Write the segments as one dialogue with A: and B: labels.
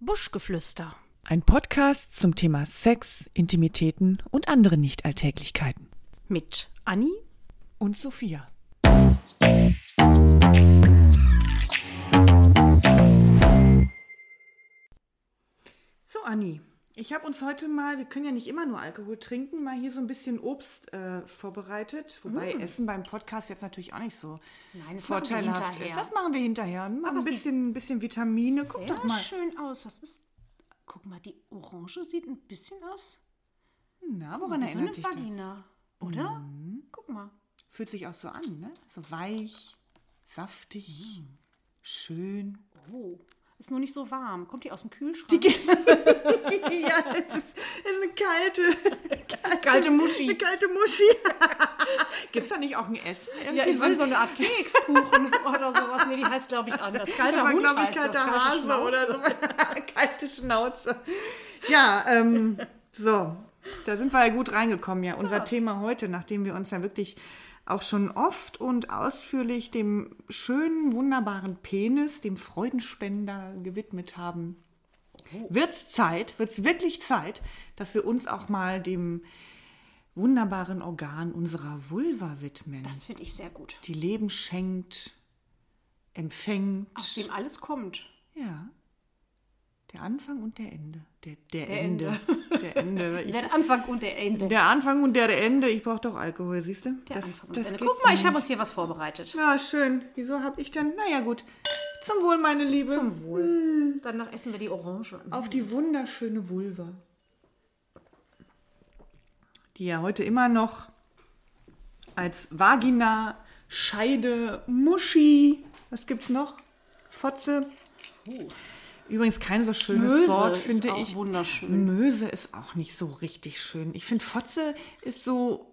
A: Lauschgeflüster.
B: Ein Podcast zum Thema Sex, Intimitäten und andere Nichtalltäglichkeiten.
A: Mit Anni
B: Und Sophia.
C: So, Anni, ich habe uns heute mal, wir können ja nicht immer nur Alkohol trinken, mal hier so ein bisschen Obst äh, vorbereitet. Wobei Essen beim Podcast jetzt natürlich auch nicht so
A: Nein, das machen wir
C: vorteilhaft
A: hinterher.
C: ist. Das machen wir hinterher. Machen ein
A: sie-
C: bisschen, ein bisschen Vitamine. Guck
A: Sehr
C: doch mal.
A: schön aus. Was ist. Guck mal, die Orange sieht ein bisschen aus
C: Na, woran
A: wie so eine
C: erinnert dich das? Mm.
A: Vagina. Oder? Guck mal.
C: Fühlt sich auch so an, ne? So weich, saftig,
A: Mhm.
C: schön.
A: Oh. Ist nur nicht so warm. Kommt die aus dem Kühlschrank?
C: ja, es ist, es ist eine kalte, kalte,
A: Kalte Muschi.
C: Eine kalte Muschi. Gibt es da nicht auch ein Essen?
A: ja,
C: Irgendwie
A: ich
C: so
A: will
C: ein-
A: so eine Art Kekskuchen oder sowas. Nee, die heißt, glaube ich, anders.
C: Da
A: Kalter
C: war,
A: Hund
C: glaube ich,
A: heißt das.
C: kalter
A: kalte
C: Hase
A: Schnauze.
C: oder so. kalte Schnauze. Ja, ähm, so. Da sind wir ja gut reingekommen, ja. Unser Thema heute, nachdem wir uns ja wirklich auch schon oft und ausführlich dem schönen, wunderbaren Penis, dem Freudenspender gewidmet haben,
A: Oh.
C: wird's Zeit, wird's wirklich Zeit, dass wir uns auch mal dem wunderbaren Organ unserer Vulva widmen,
A: Das finde ich sehr gut.
C: die Leben schenkt, empfängt.
A: Aus dem alles kommt.
C: Ja. Der Anfang und der Ende. Der, der,
A: Ende.
C: Ende. Der Ende. Ich,
A: Der Anfang und der Ende.
C: der Anfang und der Ende. Ich brauche doch Alkohol, siehst du?
A: Der Anfang und das Ende.
C: geht's
A: Guck mal, ich
C: nicht.
A: habe uns hier was vorbereitet.
C: Ja, schön. Wieso habe ich denn? Naja, gut. Zum Wohl, meine Liebe. Zum Wohl. Hm.
A: Danach essen wir die Orange.
C: Auf die wunderschöne Vulva. Die ja heute immer noch als Vagina, Scheide, Muschi. Was gibt's noch? Fotze. Übrigens kein so schönes
A: Möse
C: Wort,
A: ist
C: finde
A: auch
C: ich.
A: wunderschön.
C: Möse ist auch nicht so richtig schön. Ich finde, Fotze ist so,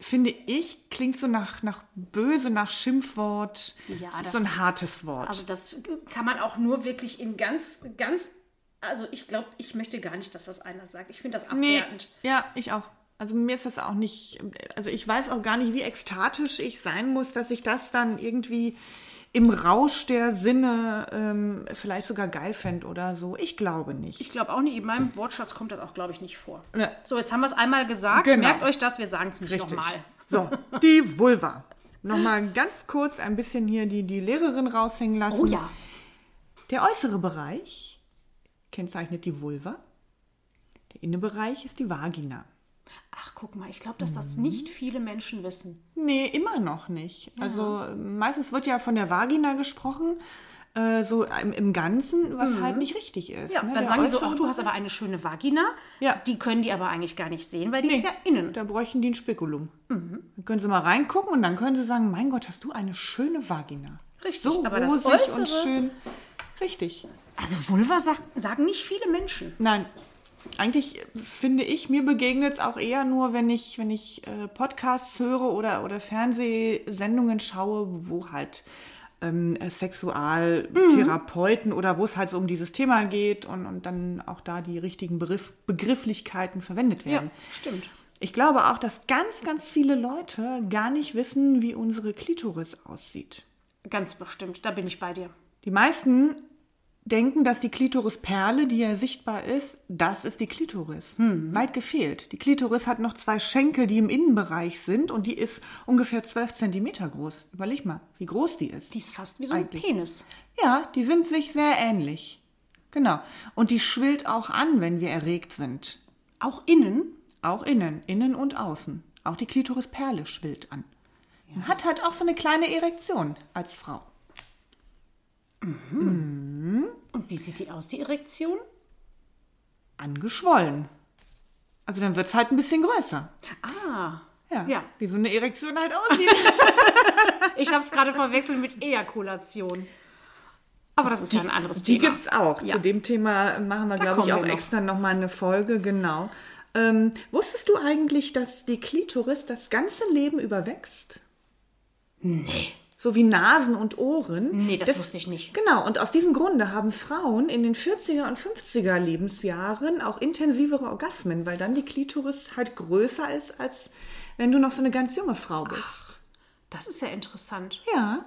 C: finde ich, klingt so nach, nach böse, nach Schimpfwort.
A: Ja,
C: das
A: das-
C: ist so ein hartes Wort.
A: Also das kann man auch nur wirklich in ganz, ganz, also ich glaube, ich möchte gar nicht, dass das einer sagt. Ich finde das
C: nee,
A: abwertend.
C: ja, ich auch. Also mir ist das auch nicht, also ich weiß auch gar nicht, wie ekstatisch ich sein muss, dass ich das dann irgendwie im Rausch der Sinne ähm, vielleicht sogar geil fände oder so. Ich glaube nicht.
A: Ich glaube auch nicht, in meinem Wortschatz kommt das auch, glaube ich, nicht vor.
C: Ne.
A: So, jetzt haben wir es einmal gesagt.
C: Genau.
A: Merkt euch das, wir sagen es nicht nochmal.
C: So, die Vulva. Nochmal ganz kurz ein bisschen hier die, die Lehrerin raushängen lassen.
A: Oh ja,
C: Der äußere Bereich kennzeichnet die Vulva. Der Innenbereich ist die Vagina.
A: ach guck mal, ich glaube, dass das nicht viele Menschen wissen.
C: Nee, immer noch nicht. Also äh, meistens wird ja von der Vagina gesprochen, äh, so im, im Ganzen, was halt nicht richtig ist.
A: Mhm. Ja,
C: ne?
A: dann
C: Der
A: sagen die so,
C: äußere
A: ach, du hast aber eine schöne Vagina.
C: Ja.
A: Die können die aber eigentlich gar nicht sehen, weil die ist ja
C: Bereich-
A: innen. Mhm.
C: Da bräuchten die ein Spekulum. Dann können sie mal reingucken und dann können sie sagen, mein Gott, hast du eine schöne Vagina.
A: Richtig,
C: so
A: aber das
C: rosig
A: Äußere-
C: und schön. Richtig.
A: Also Vulva sagt, sagen nicht viele Menschen.
C: Nein. Eigentlich äh, finde ich, mir begegnet es auch eher nur, wenn ich, wenn ich äh, Podcasts höre oder, oder Fernsehsendungen schaue, wo halt ähm, äh, Sexualtherapeuten oder wo es halt so um dieses Thema geht und, und dann auch da die richtigen Begriff, Begrifflichkeiten verwendet werden.
A: stimmt.
C: Ich glaube auch, dass ganz, ganz viele Leute gar nicht wissen, wie unsere Klitoris aussieht.
A: Ganz bestimmt, da bin ich bei dir.
C: Die meisten denken, dass die Klitorisperle, die ja sichtbar ist, das ist die Klitoris. Weit gefehlt. Die Klitoris hat noch zwei Schenkel, die im Innenbereich sind und die ist ungefähr 12 Zentimeter groß. Überleg mal, wie groß die ist.
A: Die ist fast wie so ein
C: Eigentlich.
A: Penis.
C: Ja, die sind sich sehr ähnlich. Genau. Und die schwillt auch an, wenn wir erregt sind.
A: Auch innen
C: Auch innen, innen und außen. Auch die Klitorisperle schwillt an. Man hat halt auch so eine kleine Erektion als Frau.
A: Und wie sieht die aus, die Erektion?
C: Angeschwollen. Also dann wird es halt ein bisschen größer.
A: Ah,
C: Ja,
A: Ja.
C: wie so eine Erektion halt aussieht.
A: ich habe es gerade verwechselt mit Ejakulation. Aber das ist ja ein anderes
C: Die
A: Thema.
C: gibt es auch.
A: Ja.
C: Zu dem Thema machen wir, glaube
A: kommen
C: ich, auch
A: wir noch.
C: extra nochmal eine Folge, genau. Ähm, wusstest du eigentlich, dass die Klitoris das ganze Leben überwächst? Nee. So wie Nasen und Ohren.
A: Nee, das wusste ich nicht.
C: Genau, und aus diesem Grunde haben Frauen in den 40er und 50er Lebensjahren auch intensivere Orgasmen, weil dann die Klitoris halt größer ist, als wenn du noch so eine ganz junge Frau bist.
A: Das ist ja interessant.
C: Ja,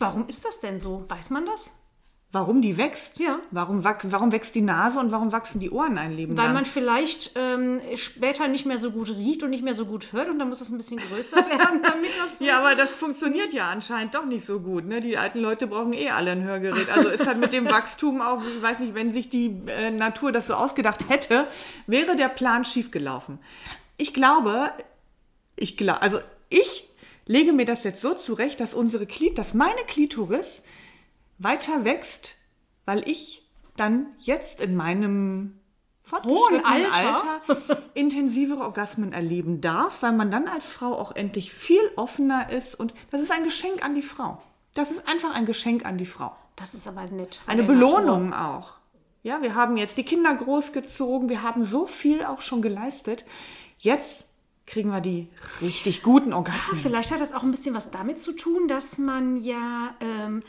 A: Warum ist das denn so? Weiß man das?
C: warum die wächst.
A: Ja.
C: Warum, wach- warum wächst die Nase und warum wachsen die Ohren ein Leben
A: Weil
C: lang?
A: man vielleicht ähm, später nicht mehr so gut riecht und nicht mehr so gut hört und dann muss es ein bisschen größer werden, damit das.
C: ja, aber das funktioniert ja anscheinend doch nicht so gut. Ne? Die alten Leute brauchen eh alle ein Hörgerät. Also ist halt mit dem Wachstum auch, ich weiß nicht, wenn sich die äh, Natur das so ausgedacht hätte, wäre der Plan schiefgelaufen. Ich glaube, ich glaube, also ich lege mir das jetzt so zurecht, dass unsere Klit, dass meine Klitoris weiter wächst, weil ich dann jetzt in meinem fortgeschrittenen
A: Hohen Alter.
C: Alter. intensivere Orgasmen erleben darf, weil man dann als Frau auch endlich viel offener ist und das ist ein Geschenk an die Frau. Das ist einfach ein Geschenk an die Frau.
A: Das ist aber nett. von
C: Eine
A: der
C: Belohnung
A: Natur.
C: auch. Ja, wir haben jetzt die Kinder großgezogen, wir haben so viel auch schon geleistet. Jetzt kriegen wir die richtig guten
A: Ah,
C: Orgasmen.
A: Vielleicht hat das auch ein bisschen was damit zu tun, dass man ja ähm,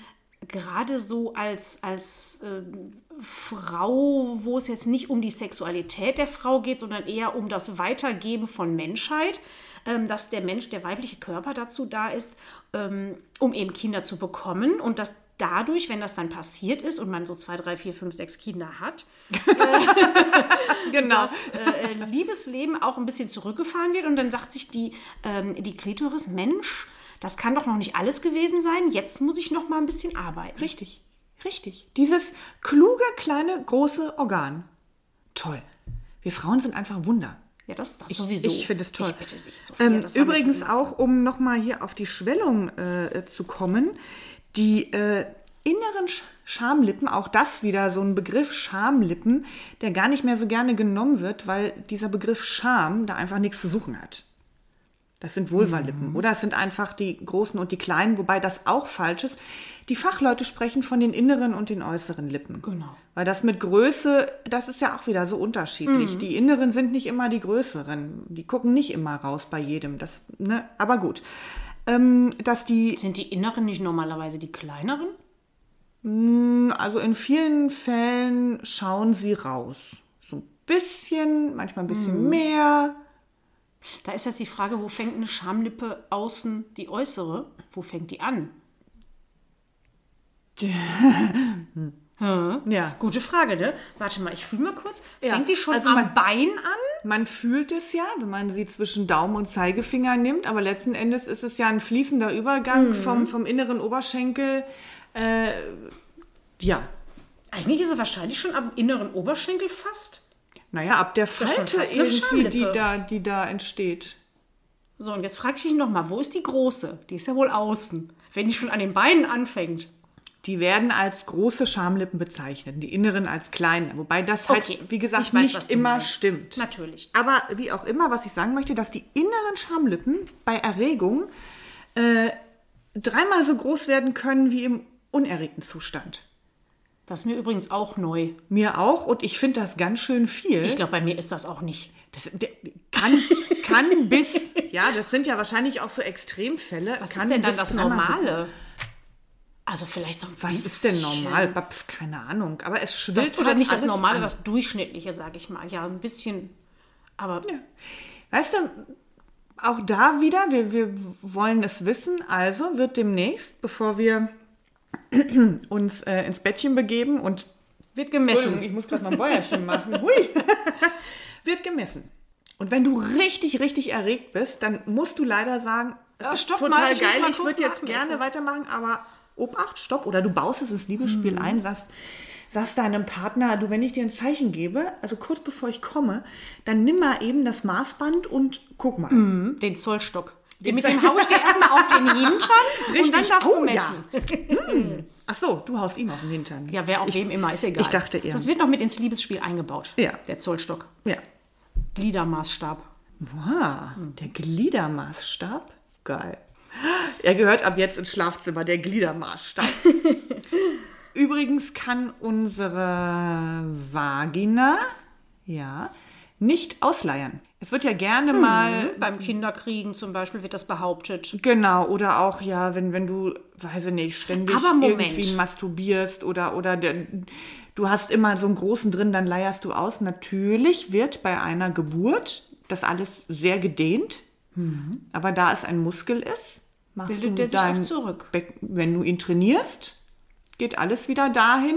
A: gerade so als, als ähm, Frau, wo es jetzt nicht um die Sexualität der Frau geht, sondern eher um das Weitergeben von Menschheit, ähm, dass der Mensch, der weibliche Körper dazu da ist, ähm, um eben Kinder zu bekommen und dass dadurch, wenn das dann passiert ist und man so zwei, drei, vier, fünf, sechs Kinder hat,
C: Genau.
A: dass äh, äh, Liebesleben auch ein bisschen zurückgefahren wird und dann sagt sich die, ähm, die Klitoris, Mensch, das kann doch noch nicht alles gewesen sein, jetzt muss ich noch mal ein bisschen arbeiten.
C: Richtig, richtig. Dieses kluge, kleine, große Organ. Toll. Wir Frauen sind einfach Wunder.
A: Ja, das, das sowieso.
C: Ich finde es toll.
A: Ich bitte dich, Sophia,
C: ähm,
A: das war mir
C: übrigens
A: schon-
C: auch, um nochmal hier auf die Schwellung äh, zu kommen, die äh, inneren Sch Schamlippen, auch das wieder so ein Begriff Schamlippen, der gar nicht mehr so gerne genommen wird, weil dieser Begriff Scham da einfach nichts zu suchen hat. Das sind Vulvalippen, oder? Es sind einfach die großen und die kleinen, wobei das auch falsch ist. Die Fachleute sprechen von den inneren und den äußeren Lippen.
A: Genau.
C: Weil das mit Größe, das ist ja auch wieder so unterschiedlich. Die Inneren sind nicht immer die Größeren. Die gucken nicht immer raus bei jedem. Das, ne? Aber gut. Ähm, dass die,
A: Sind die Inneren nicht normalerweise die kleineren?
C: also in vielen Fällen schauen sie raus. So ein bisschen, manchmal ein bisschen mehr.
A: Da ist jetzt die Frage, wo fängt eine Schamlippe außen die äußere? Wo fängt die an? Hm.
C: Ja.
A: Gute Frage, ne? Warte mal, ich fühle mal kurz.
C: Ja,
A: Fängt die schon
C: also
A: am
C: man-
A: Bein an?
C: Man fühlt es ja, wenn man sie zwischen Daumen und Zeigefinger nimmt, aber letzten Endes ist es ja ein fließender
A: Mhm.
C: Übergang vom, vom inneren Oberschenkel. Äh, ja,
A: Eigentlich ist sie wahrscheinlich schon am inneren Oberschenkel fast.
C: naja, ab der
A: ist schon
C: Falte
A: fast eine
C: irgendwie, die
A: Schamlippe.
C: da, die da entsteht.
A: So, und jetzt frage ich dich nochmal, wo ist die große? Die ist ja wohl außen. Wenn die schon an den Beinen anfängt.
C: Die werden als große Schamlippen bezeichnet, die inneren als kleine. Wobei das
A: Okay,
C: halt, wie gesagt,
A: ich weiß, was
C: nicht
A: du
C: immer
A: meinst.
C: stimmt.
A: Natürlich.
C: Aber wie auch immer, was ich sagen möchte, dass die inneren Schamlippen bei Erregung äh, dreimal so groß werden können wie im unerregten Zustand.
A: Das ist mir übrigens auch neu.
C: Mir auch und ich finde das ganz schön viel.
A: Ich glaube, bei mir ist das auch nicht.
C: das, der, kann, kann bis, ja, das sind ja wahrscheinlich auch so Extremfälle.
A: Was
C: kann
A: ist denn dann
C: bis
A: das
C: dreimal so-
A: Normale? Also vielleicht so ein
C: Was
A: bisschen.
C: ist denn normal? Bah, pf, Keine Ahnung. Aber es schwillt
A: Das, oder
C: halt
A: nicht das
C: alles
A: Normale,
C: an.
A: das Durchschnittliche, sage ich mal. Ja, ein bisschen. Aber
C: Weißt du, auch da wieder, wir, wir wollen es wissen, also wird demnächst, bevor wir uns äh, ins Bettchen begeben und
A: wird
C: Entschuldigung,
A: gemessen.
C: ich muss gerade mal ein Bäuerchen machen. Hui. Wird gemessen. Und wenn du richtig, richtig erregt bist, dann musst du leider sagen, es ist
A: stopp
C: total
A: mal, ich muss
C: geil,
A: mal
C: ich
A: kurz
C: würde jetzt
A: nachmessen.
C: gerne weitermachen, aber Obacht, stopp. Oder du baust es ins Liebesspiel
A: Hm.
C: ein, sagst, sagst deinem Partner, du, wenn ich dir ein Zeichen gebe, also kurz bevor ich komme, dann nimm mal eben das Maßband und guck mal.
A: Den Zollstock.
C: Den
A: mit
C: Zoll-
A: dem hau ich dir erstmal auf den Hintern und dann
C: Richtig.
A: darfst
C: Oh,
A: du messen. Ja,
C: Ach so, du haust ihm auf den Hintern.
A: wer auch
C: ich,
A: wem immer, ist egal.
C: ich dachte eher.
A: Das wird noch mit ins Liebesspiel eingebaut.
C: Ja.
A: Der Zollstock.
C: Ja.
A: Gliedermaßstab.
C: Wow, der Gliedermaßstab? Hm. Geil. Er gehört ab jetzt ins Schlafzimmer, der Gliedermaßstab. Übrigens kann unsere Vagina, ja, nicht ausleiern. Es wird ja gerne mal,
A: Beim Kinderkriegen zum Beispiel wird das behauptet.
C: genau, oder auch, ja, wenn, wenn du, weiß ich nicht, ständig
A: Aber Moment.
C: irgendwie masturbierst oder, oder der, du hast immer so einen großen drin, dann leierst du aus. Natürlich wird bei einer Geburt das alles sehr gedehnt. Aber da es ein Muskel ist, machst
A: Mhm. Bildet
C: du
A: der sich auch
C: dein
A: zurück.
C: Becken, wenn du ihn trainierst, geht alles wieder dahin,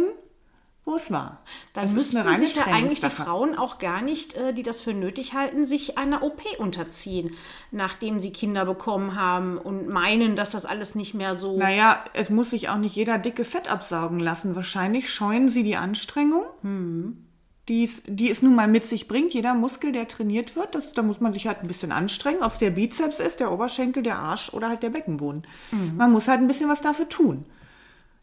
C: wo es war.
A: Dann
C: Das ist eine
A: müssten
C: reine
A: sich ja eigentlich die
C: Trennungssache.
A: Frauen auch gar nicht, äh, die das für nötig halten, sich einer OP unterziehen, nachdem sie Kinder bekommen haben und meinen, dass das alles nicht mehr so.
C: Naja, es muss sich auch nicht jeder dicke Fett absaugen lassen. Wahrscheinlich scheuen sie die Anstrengung,
A: Hm.
C: die, es, die es nun mal mit sich bringt. Jeder Muskel, der trainiert wird, das, da muss man sich halt ein bisschen anstrengen. Ob es der Bizeps ist, der Oberschenkel, der Arsch oder halt der Beckenboden. Man muss halt ein bisschen was dafür tun.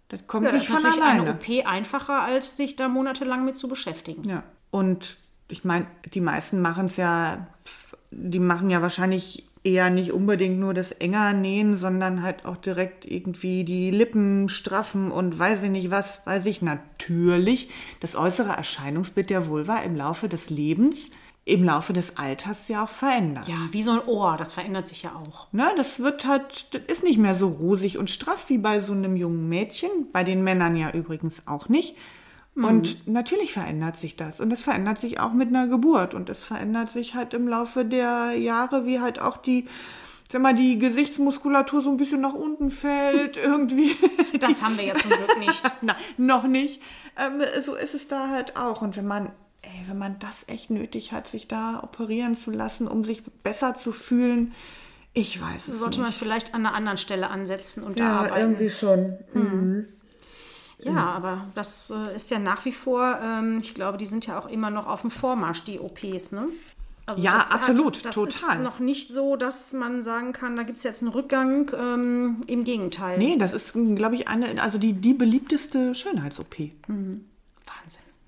C: Das kommt
A: Hm. Ja, das
C: nicht
A: ist
C: von
A: natürlich
C: alleine.
A: eine OP einfacher, als sich da monatelang mit zu beschäftigen.
C: Ja. Und ich meine, die meisten machen es ja, pf, die machen ja wahrscheinlich eher nicht unbedingt nur das enger nähen, sondern halt auch direkt irgendwie die Lippen straffen und weiß ich nicht was, weil sich natürlich das äußere Erscheinungsbild der Vulva im Laufe des Lebens, im Laufe des Alters ja auch verändert.
A: Ja, wie so ein Ohr, das verändert sich ja auch.
C: Ne, das wird halt, das ist nicht mehr so rosig und straff wie bei so einem jungen Mädchen, bei den Männern ja übrigens auch nicht.
A: Mhm.
C: Und natürlich verändert sich das. Und das verändert sich auch mit einer Geburt. Und es verändert sich halt im Laufe der Jahre, wie halt auch die, sag mal, die Gesichtsmuskulatur so ein bisschen nach unten fällt, irgendwie.
A: Das haben wir ja zum Glück nicht.
C: Na, noch nicht. Ähm, so ist es da halt auch. Und wenn man, ey, wenn man das echt nötig hat, sich da operieren zu lassen, um sich besser zu fühlen, ich weiß es
A: Sollte
C: nicht.
A: man vielleicht an einer anderen Stelle ansetzen und da
C: Ja,
A: arbeiten.
C: irgendwie schon. Mhm.
A: Ja, aber das äh, ist ja nach wie vor, ähm, ich glaube, die sind ja auch immer noch auf dem Vormarsch, die OPs, ne? Also
C: Ja, absolut,
A: das
C: total.
A: ist noch nicht so, dass man sagen kann, da gibt es jetzt einen Rückgang. Ähm, Im Gegenteil.
C: Nee, das ist, glaube ich, eine, also die, die beliebteste Schönheits-OP.
A: Wahnsinn.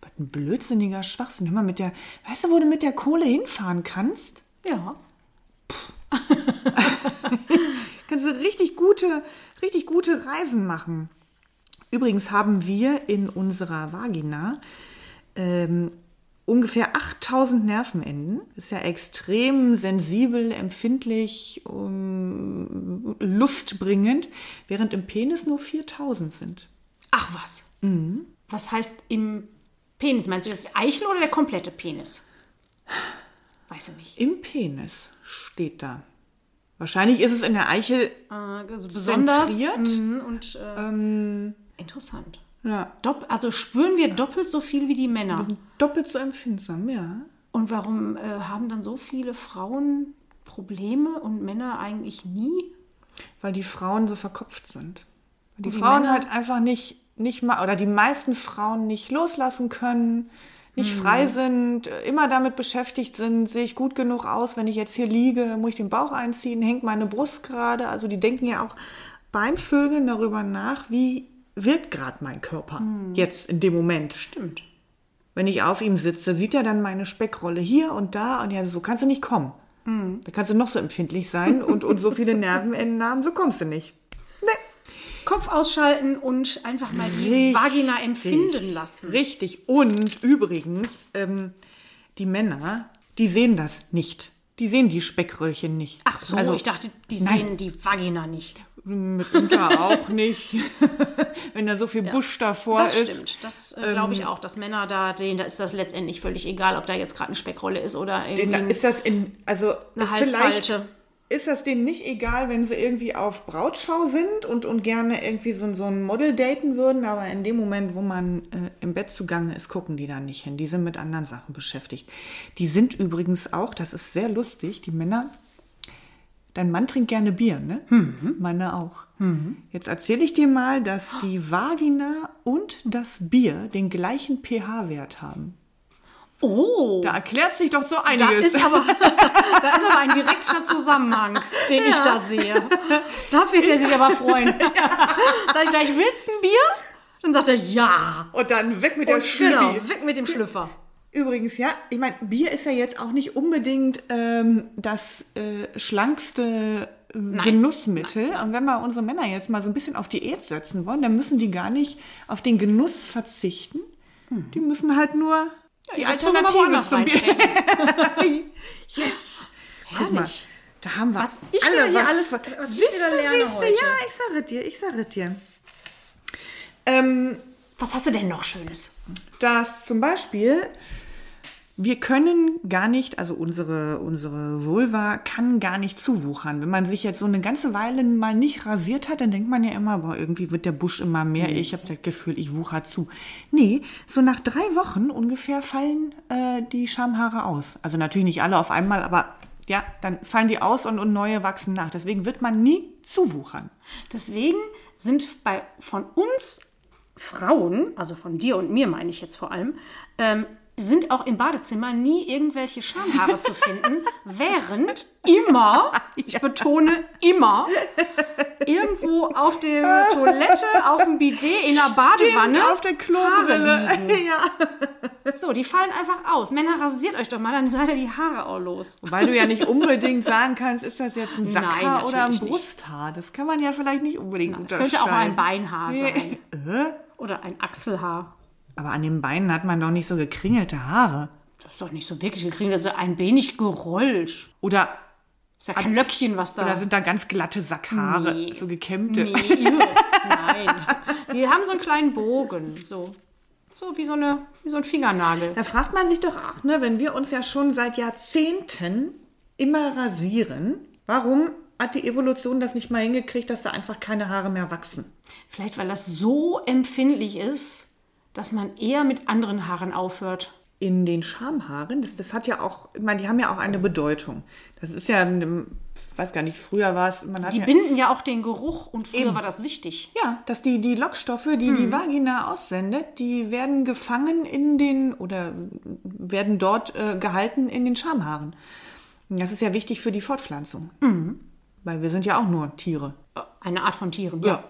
C: Was ein blödsinniger Schwachsinn. Hör mal, mit der, weißt du, wo du mit der Kohle hinfahren kannst?
A: Ja.
C: Kannst du richtig gute, richtig gute Reisen machen. Übrigens haben wir in unserer Vagina ähm, ungefähr 8000 Nervenenden. Ist ja extrem sensibel, empfindlich, um, lustbringend, während im Penis nur 4000 sind.
A: Ach was.
C: Mhm.
A: Was heißt im Penis? Meinst du jetzt Eichel oder der komplette Penis? Weiß ich nicht.
C: Im Penis steht da. Wahrscheinlich ist es in der Eichel.
A: Äh, besonders.
C: Zentriert? Ähm.
A: Mhm, und äh, interessant.
C: Ja.
A: Dopp also spüren wir doppelt so viel wie die Männer.
C: Doppelt so empfindsam, ja.
A: Und warum äh, haben dann so viele Frauen Probleme und Männer eigentlich nie?
C: Weil die Frauen so verkopft sind. Weil
A: Und
C: die,
A: die
C: Frauen
A: Männer?
C: halt einfach nicht, nicht mal, oder die meisten Frauen nicht loslassen können, nicht
A: Hm.
C: frei sind, immer damit beschäftigt sind, sehe ich gut genug aus, wenn ich jetzt hier liege, muss ich den Bauch einziehen, hängt meine Brust gerade. Also die denken ja auch beim Vögeln darüber nach, wie wirkt gerade mein Körper jetzt in dem Moment.
A: Hm. Stimmt.
C: Wenn ich auf ihm sitze, sieht er dann meine Speckrolle hier und da und ja, so kannst du nicht kommen.
A: Mhm.
C: Da kannst du noch so empfindlich sein und, und so viele Nervenenden haben, so kommst du nicht.
A: Kopf ausschalten und einfach mal die Vagina empfinden lassen.
C: Richtig. Und übrigens, ähm, die Männer, die sehen das nicht. Die sehen die Speckröllchen nicht. Also
A: Ach so, ich dachte, die
C: nein.
A: sehen die Vagina nicht.
C: Mitunter auch nicht. Wenn da so viel Busch davor
A: Das
C: ist. ähm,
A: stimmt. Das äh, glaube ich auch, dass Männer da, denen da ist das letztendlich völlig egal, ob da jetzt gerade eine Speckrolle ist oder irgendwie.
C: Na, ist das in, also
A: Eine
C: vielleicht
A: Halsfalte.
C: ist das denen nicht egal, wenn sie irgendwie auf Brautschau sind und, und gerne irgendwie so, so ein Model daten würden, aber in dem Moment, wo man äh, im Bett zugange ist, gucken die da nicht hin. Die sind mit anderen Sachen beschäftigt. Die sind übrigens auch, das ist sehr lustig, die Männer. Dein Mann trinkt gerne Bier, ne? Meine auch. Jetzt erzähle ich dir mal, dass die Vagina und das Bier den gleichen pH-Wert haben.
A: oh,
C: Da erklärt sich doch so
A: da
C: einiges.
A: ist, aber, da ist aber ein direkter Zusammenhang, den ich da sehe. Da wird er sich aber freuen. Sag ich gleich, willst du ein Bier? Dann sagt er, ja.
C: Und dann weg mit der
A: Und
C: Schlübi.
A: Genau, weg mit dem Schlüpfer.
C: Übrigens, ja, ich meine, Bier ist ja jetzt auch nicht unbedingt ähm, das äh, schlankste äh, Genussmittel. Und wenn wir unsere Männer jetzt mal so ein bisschen auf Diät setzen wollen, dann müssen die gar nicht auf den Genuss verzichten.
A: Hm.
C: Die müssen halt nur die
A: Die
C: Alternative zum Bier.
A: reinstecken.
C: Yes! Guck mal,
A: Herrlich.
C: da haben wir
A: Was ich wieder
C: alle
A: hier alles- was ich
C: siehst
A: wieder
C: du,
A: lerne
C: siehst du,
A: heute.
C: Ja, ich sage dir, ich sage dir. Ähm,
A: Was hast du denn noch Schönes?
C: dass zum Beispiel wir können gar nicht, also unsere, unsere Vulva kann gar nicht zuwuchern. Wenn man sich jetzt so eine ganze Weile mal nicht rasiert hat, dann denkt man ja immer, boah, irgendwie wird der Busch immer mehr. Ich habe das Gefühl, ich wucher zu. Nee, so nach drei Wochen ungefähr fallen äh, die Schamhaare aus. Also natürlich nicht alle auf einmal, aber ja, dann fallen die aus und, und neue wachsen nach. Deswegen wird man nie zuwuchern.
A: Deswegen sind bei, von uns Frauen, also von dir und mir meine ich jetzt vor allem, ähm, sind auch im Badezimmer nie irgendwelche Schamhaare zu finden, während immer, ich betone immer, irgendwo auf der Toilette, auf dem Bidet, in der Badewanne.
C: Stimmt, auf der Klobrille. Ja.
A: So, die fallen einfach aus. Männer, rasiert euch doch mal, dann seid ihr die Haare auch los.
C: Weil du ja nicht unbedingt sagen kannst, ist das jetzt ein
A: Nein,
C: Sackhaar oder ein
A: natürlich nicht.
C: Brusthaar. Das kann man ja vielleicht nicht unbedingt
A: Es könnte auch ein Beinhaar sein.
C: Äh?
A: Oder ein Achselhaar.
C: Aber an den Beinen hat man doch nicht so gekringelte Haare.
A: Das ist doch nicht so wirklich gekriegt. Das ist ja ein wenig gerollt.
C: Oder,
A: Ist ja kein Löckchen, was da.
C: oder sind da ganz glatte Sackhaare,
A: Nee.
C: so gekämmte.
A: nee, irre. nein. Die haben so einen kleinen Bogen. So. So wie so, eine, wie so ein Fingernagel.
C: Da fragt man sich doch auch, ne, wenn wir uns ja schon seit Jahrzehnten immer rasieren, warum hat die Evolution das nicht mal hingekriegt, dass da einfach keine Haare mehr wachsen?
A: Vielleicht, weil das so empfindlich ist, dass man eher mit anderen Haaren aufhört.
C: in den Schamhaaren, das, das hat ja auch, ich meine, die haben ja auch eine Bedeutung. Das ist ja, ähm, ich weiß gar nicht, früher war es, man hat
A: Die
C: ja,
A: binden ja auch den Geruch und früher war das wichtig.
C: ja, dass die, die Lockstoffe, die
A: Hm.
C: die Vagina aussendet, die werden gefangen in den, oder werden dort äh, gehalten in den Schamhaaren. Und Das ist ja wichtig für die Fortpflanzung.
A: Mhm.
C: Weil wir sind ja auch nur Tiere.
A: Eine Art von Tieren.
C: Ja.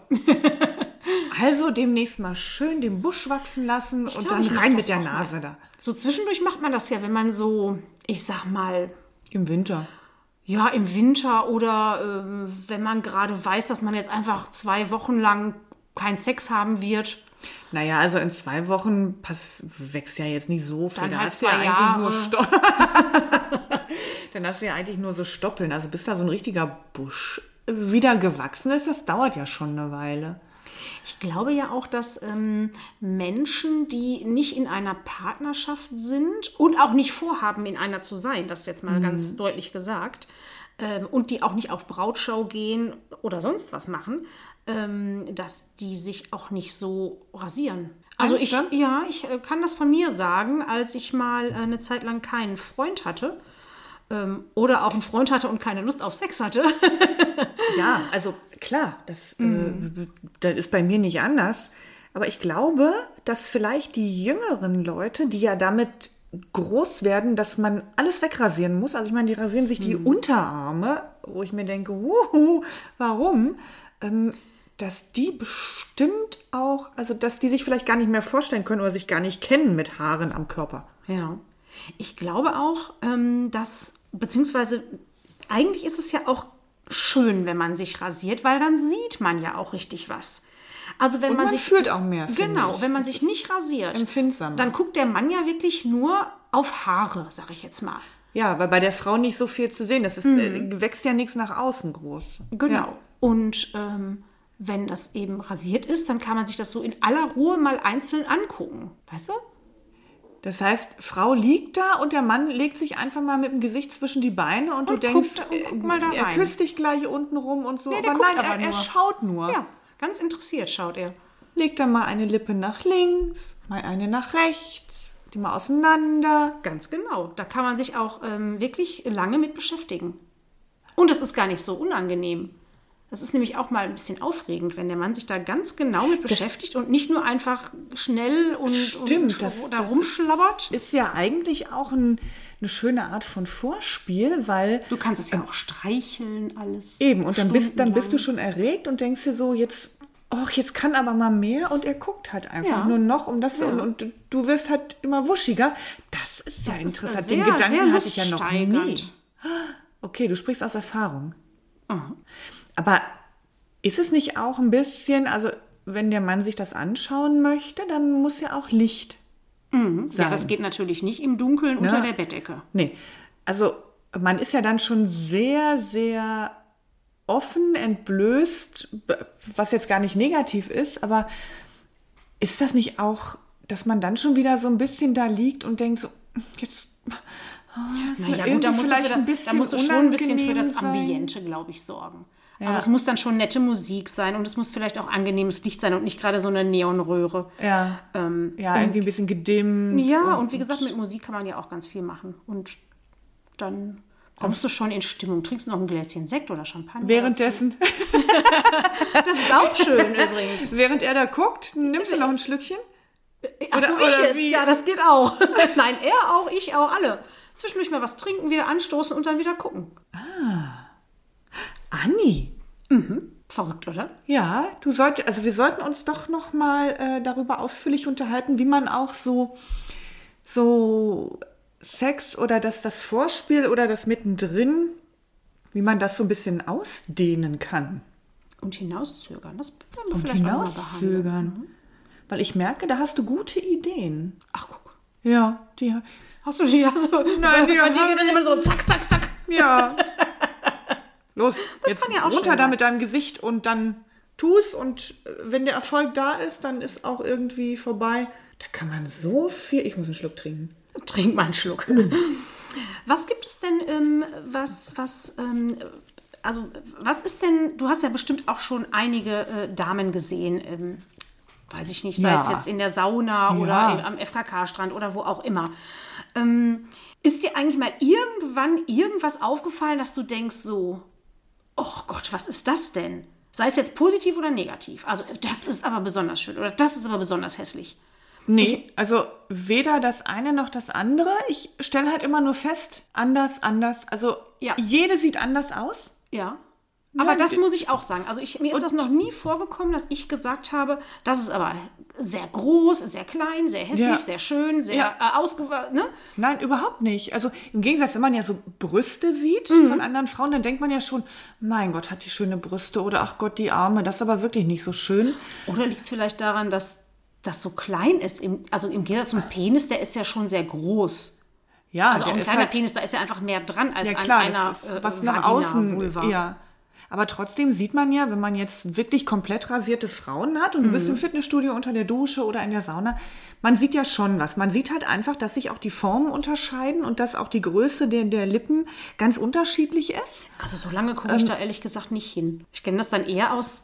C: Also demnächst mal schön den Busch wachsen lassen und
A: glaub,
C: dann
A: ich mach
C: rein
A: das
C: mit der
A: auch mal.
C: Nase da.
A: So zwischendurch macht man das ja, wenn man so, ich sag mal,
C: Im Winter.
A: ja, im Winter oder ähm, wenn man gerade weiß, dass man jetzt einfach zwei Wochen lang keinen Sex haben wird.
C: Naja, also in zwei Wochen pass, wächst ja jetzt nicht so viel.
A: Dann
C: da
A: halt
C: hast du ja
A: zwei
C: eigentlich
A: Jahre.
C: nur Sto Dann hast du ja eigentlich nur so Stoppeln. Also bis da so ein richtiger Busch wieder gewachsen ist, das dauert ja schon eine Weile.
A: Ich glaube ja auch, dass ähm, Menschen, die nicht in einer Partnerschaft sind und auch nicht vorhaben, in einer zu sein, das jetzt mal ganz deutlich gesagt, ähm, und die auch nicht auf Brautschau gehen oder sonst was machen, ähm, dass die sich auch nicht so rasieren. Also ich,
C: Meinst
A: ja, ich äh, kann das von mir sagen, als ich mal äh, eine Zeit lang keinen Freund hatte ähm, oder auch einen Freund hatte und keine Lust auf Sex hatte.
C: Ja, also klar, das, äh, das ist bei mir nicht anders. Aber ich glaube, dass vielleicht die jüngeren Leute, die ja damit groß werden, dass man alles wegrasieren muss. Also ich meine, die rasieren sich die Unterarme, wo ich mir denke, wuhu, warum? Ähm, dass die bestimmt auch, also dass die sich vielleicht gar nicht mehr vorstellen können oder sich gar nicht kennen mit Haaren am Körper.
A: Ja, ich glaube auch, ähm, dass, beziehungsweise eigentlich ist es ja auch schön, wenn man sich rasiert, weil dann sieht man ja auch richtig was. Also wenn
C: Und
A: man,
C: man
A: sich
C: fühlt auch mehr, finde
A: Genau,
C: ich.
A: wenn man
C: Das
A: sich
C: ist
A: nicht rasiert,
C: empfindsamer.
A: dann guckt der Mann ja wirklich nur auf Haare, sag ich jetzt mal.
C: Ja, weil bei der Frau nicht so viel zu sehen. Das ist, äh, wächst ja nichts nach außen groß.
A: Genau.
C: Ja.
A: Und ähm, wenn das eben rasiert ist, dann kann man sich das so in aller Ruhe mal einzeln angucken. Weißt du?
C: Das heißt, Frau liegt da und der Mann legt sich einfach mal mit dem Gesicht zwischen die Beine und, du
A: Und
C: denkst, äh,
A: guckt- und guck mal da
C: er
A: rein.
C: küsst dich gleich unten rum und so.
A: Nee, der
C: aber
A: guckt
C: nein, er,
A: aber
C: er
A: nur.
C: schaut nur.
A: Ja, ganz interessiert schaut er.
C: Legt dann mal eine Lippe nach links, mal eine nach rechts, die mal auseinander.
A: Ganz genau. Da kann man sich auch ähm, wirklich lange mit beschäftigen. Und das ist gar nicht so unangenehm. Das ist nämlich auch mal ein bisschen aufregend, wenn der Mann sich da ganz genau mit beschäftigt und nicht nur einfach schnell und, und da rumschlabbert.
C: Ist, ist ja eigentlich auch ein, eine schöne Art von Vorspiel, weil
A: Du kannst es ja auch streicheln, alles.
C: Eben, und dann bist, dann bist du schon erregt und denkst dir so, jetzt, och, jetzt kann aber mal mehr und er guckt halt einfach
A: Ja.
C: nur noch um das
A: Ja.
C: und, und du wirst halt immer wuschiger. Das ist ja
A: Das ist äh,
C: interessant.
A: sehr,
C: Den Gedanken
A: sehr
C: hatte ich ja noch nie.
A: luststeigernd.
C: Okay, du sprichst aus Erfahrung. Aber ist es nicht auch ein bisschen, also wenn der Mann sich das anschauen möchte, dann muss ja auch Licht
A: Ja, das geht natürlich nicht im Dunkeln unter der Bettdecke.
C: Nee, also man ist ja dann schon sehr, sehr offen, entblößt, b- was jetzt gar nicht negativ ist, aber ist das nicht auch, dass man dann schon wieder so ein bisschen da liegt und denkt so, jetzt ah,
A: Na ja, gut,
C: irgendwie
A: da musst, du für
C: vielleicht
A: das,
C: ein
A: da
C: bisschen
A: musst du schon ein bisschen für
C: unangenehm
A: das
C: sein.
A: Ambiente, glaube ich, sorgen. Also es muss dann schon nette Musik sein und es muss vielleicht auch angenehmes Licht sein und nicht gerade so eine Neonröhre.
B: Ja.
C: ja, irgendwie ein bisschen
A: Ähm,
C: gedimmt.
A: Ja, und wie gesagt, mit Musik kann man ja auch ganz viel machen. Und dann kommst du schon in Stimmung, trinkst noch ein Gläschen Sekt oder Champagner.
C: Währenddessen,
A: dazu. Das ist auch schön übrigens.
C: während er da guckt, nimmst du noch ein Schlückchen?
A: Ach so,
C: Oder-
A: ich
C: oder
A: jetzt.
C: wie?
A: Ja, das geht auch. Nein, er auch, ich auch, alle. Zwischendurch mal was trinken, wieder anstoßen und dann wieder gucken.
C: Anni.
A: Verrückt, oder?
C: Ja, du sollt, also wir sollten uns doch noch mal äh, darüber ausführlich unterhalten, wie man auch so so Sex oder das das Vorspiel oder das mittendrin, wie man das so ein bisschen ausdehnen kann
A: Und hinauszögern. Das werden wir
C: und
A: vielleicht auch mal behandeln. ne?
C: hinauszögern, weil ich merke, da hast du gute Ideen.
A: Ach, guck.
C: Ja, die
A: Hast du die? Hast du,
C: Nein, die
A: bei dir
C: haben
A: geht das immer so zack, zack, zack.
C: ja. Los, jetzt
A: kann ja auch
C: runter
A: schön
C: da
A: sein.
C: mit deinem Gesicht und dann tu's und äh, wenn der Erfolg da ist, dann ist auch irgendwie vorbei. Da kann man so viel. Ich muss einen Schluck trinken.
A: Trink mal einen Schluck. Was gibt es denn, ähm, was, was, ähm, also was ist denn, du hast ja bestimmt auch schon einige äh, Damen gesehen, ähm, weiß ich nicht, sei
C: Ja.
A: es jetzt in der Sauna
C: Ja.
A: oder im, am FKK-Strand oder wo auch immer. Ähm, ist dir eigentlich mal irgendwann irgendwas aufgefallen, dass du denkst so, oh Gott, was ist das denn? Sei es jetzt positiv oder negativ. Also das ist aber besonders schön oder das ist aber besonders hässlich.
C: Nee, also weder das eine noch das andere. Ich stelle halt immer nur fest, anders, anders. Also
A: Ja.
C: jede sieht anders aus.
A: Ja. Aber das
C: d-
A: muss ich auch sagen. Also ich, mir ist das noch nie vorgekommen, dass ich gesagt habe, das ist aber sehr groß, sehr klein, sehr hässlich,
C: Ja.
A: sehr schön, sehr
C: Ja.
A: äh, ausgewa- Ne?
C: Nein, überhaupt nicht. Also im Gegensatz, wenn man ja so Brüste sieht
A: Mhm.
C: von anderen Frauen, dann denkt man ja schon, mein Gott, hat die schöne Brüste oder ach Gott, die Arme, das ist aber wirklich nicht so schön.
A: Oder liegt es vielleicht daran, dass das so klein ist? Im, also im Gegensatz zum Penis, der ist ja schon sehr groß.
C: Ja,
A: Also auch
C: der
A: ein
C: ist
A: kleiner
C: halt-
A: Penis, da ist ja einfach mehr dran als
C: Ja
A: an
C: klar,
A: einer
C: das ist
A: äh,
C: was nach
A: Vagina,
C: außen.
A: Vulva.
C: Ja. Aber trotzdem sieht man ja, wenn man jetzt wirklich komplett rasierte Frauen hat und du
A: Mhm.
C: bist im Fitnessstudio unter der Dusche oder in der Sauna, man sieht ja schon was. Man sieht halt einfach, dass sich auch die Formen unterscheiden und dass auch die Größe der, der Lippen ganz unterschiedlich ist.
A: Also so lange gucke ich
C: Ähm,
A: da ehrlich gesagt nicht hin. Ich kenne das dann eher aus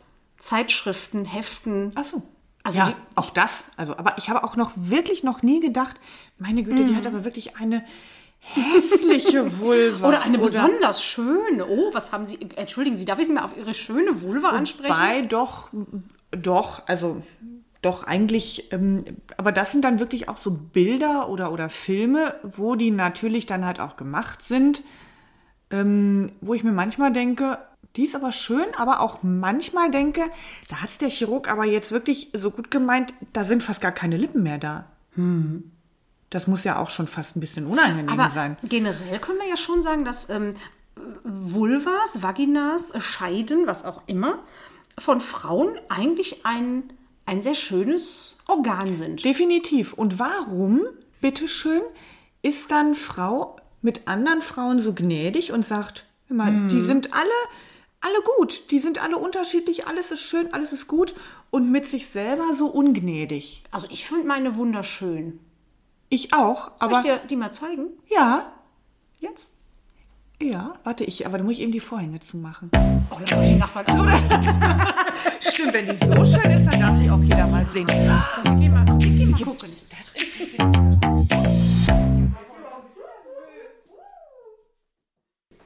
A: Zeitschriften, Heften.
C: Ach so.
A: Also
C: ja,
A: die-
C: auch das. Also, aber ich habe auch noch wirklich noch nie gedacht, meine Güte, die hat
A: Mhm.
C: aber wirklich eine hässliche Vulva.
A: Oder eine besonders schöne. Oh, was haben Sie? Entschuldigen Sie, darf ich Sie mal auf Ihre schöne Vulva
C: Oh,
A: ansprechen?
C: Bei doch, doch, also doch eigentlich, ähm, aber das sind dann wirklich auch so Bilder oder, oder Filme, wo die natürlich dann halt auch gemacht sind, ähm, wo ich mir manchmal denke, die ist aber schön, aber auch manchmal denke, da hat es der Chirurg aber jetzt wirklich so gut gemeint, da sind fast gar keine Lippen mehr da. Das muss ja auch schon fast ein bisschen unangenehm
A: Aber
C: sein.
A: generell können wir ja schon sagen, dass ähm, Vulvas, Vaginas, äh, Scheiden, was auch immer, von Frauen eigentlich ein, ein sehr schönes Organ sind.
C: Definitiv. Und warum, bitteschön, ist dann Frau mit anderen Frauen so gnädig und sagt, hör mal, die sind alle, alle gut, die sind alle unterschiedlich, alles ist schön, alles ist gut und mit sich selber so ungnädig.
A: Also ich finde meine wunderschön.
C: Ich auch,
A: Soll ich
C: aber
A: dir die mal zeigen?
C: ja,
A: Jetzt?
C: ja, warte ich, aber da muss ich eben die Vorhänge zumachen.
A: Oh, dann die Nachbarn auch.
C: Stimmt, wenn die so schön ist, dann darf die auch jeder mal sehen.
A: Geh mal, geh mal gucken.
C: Das ist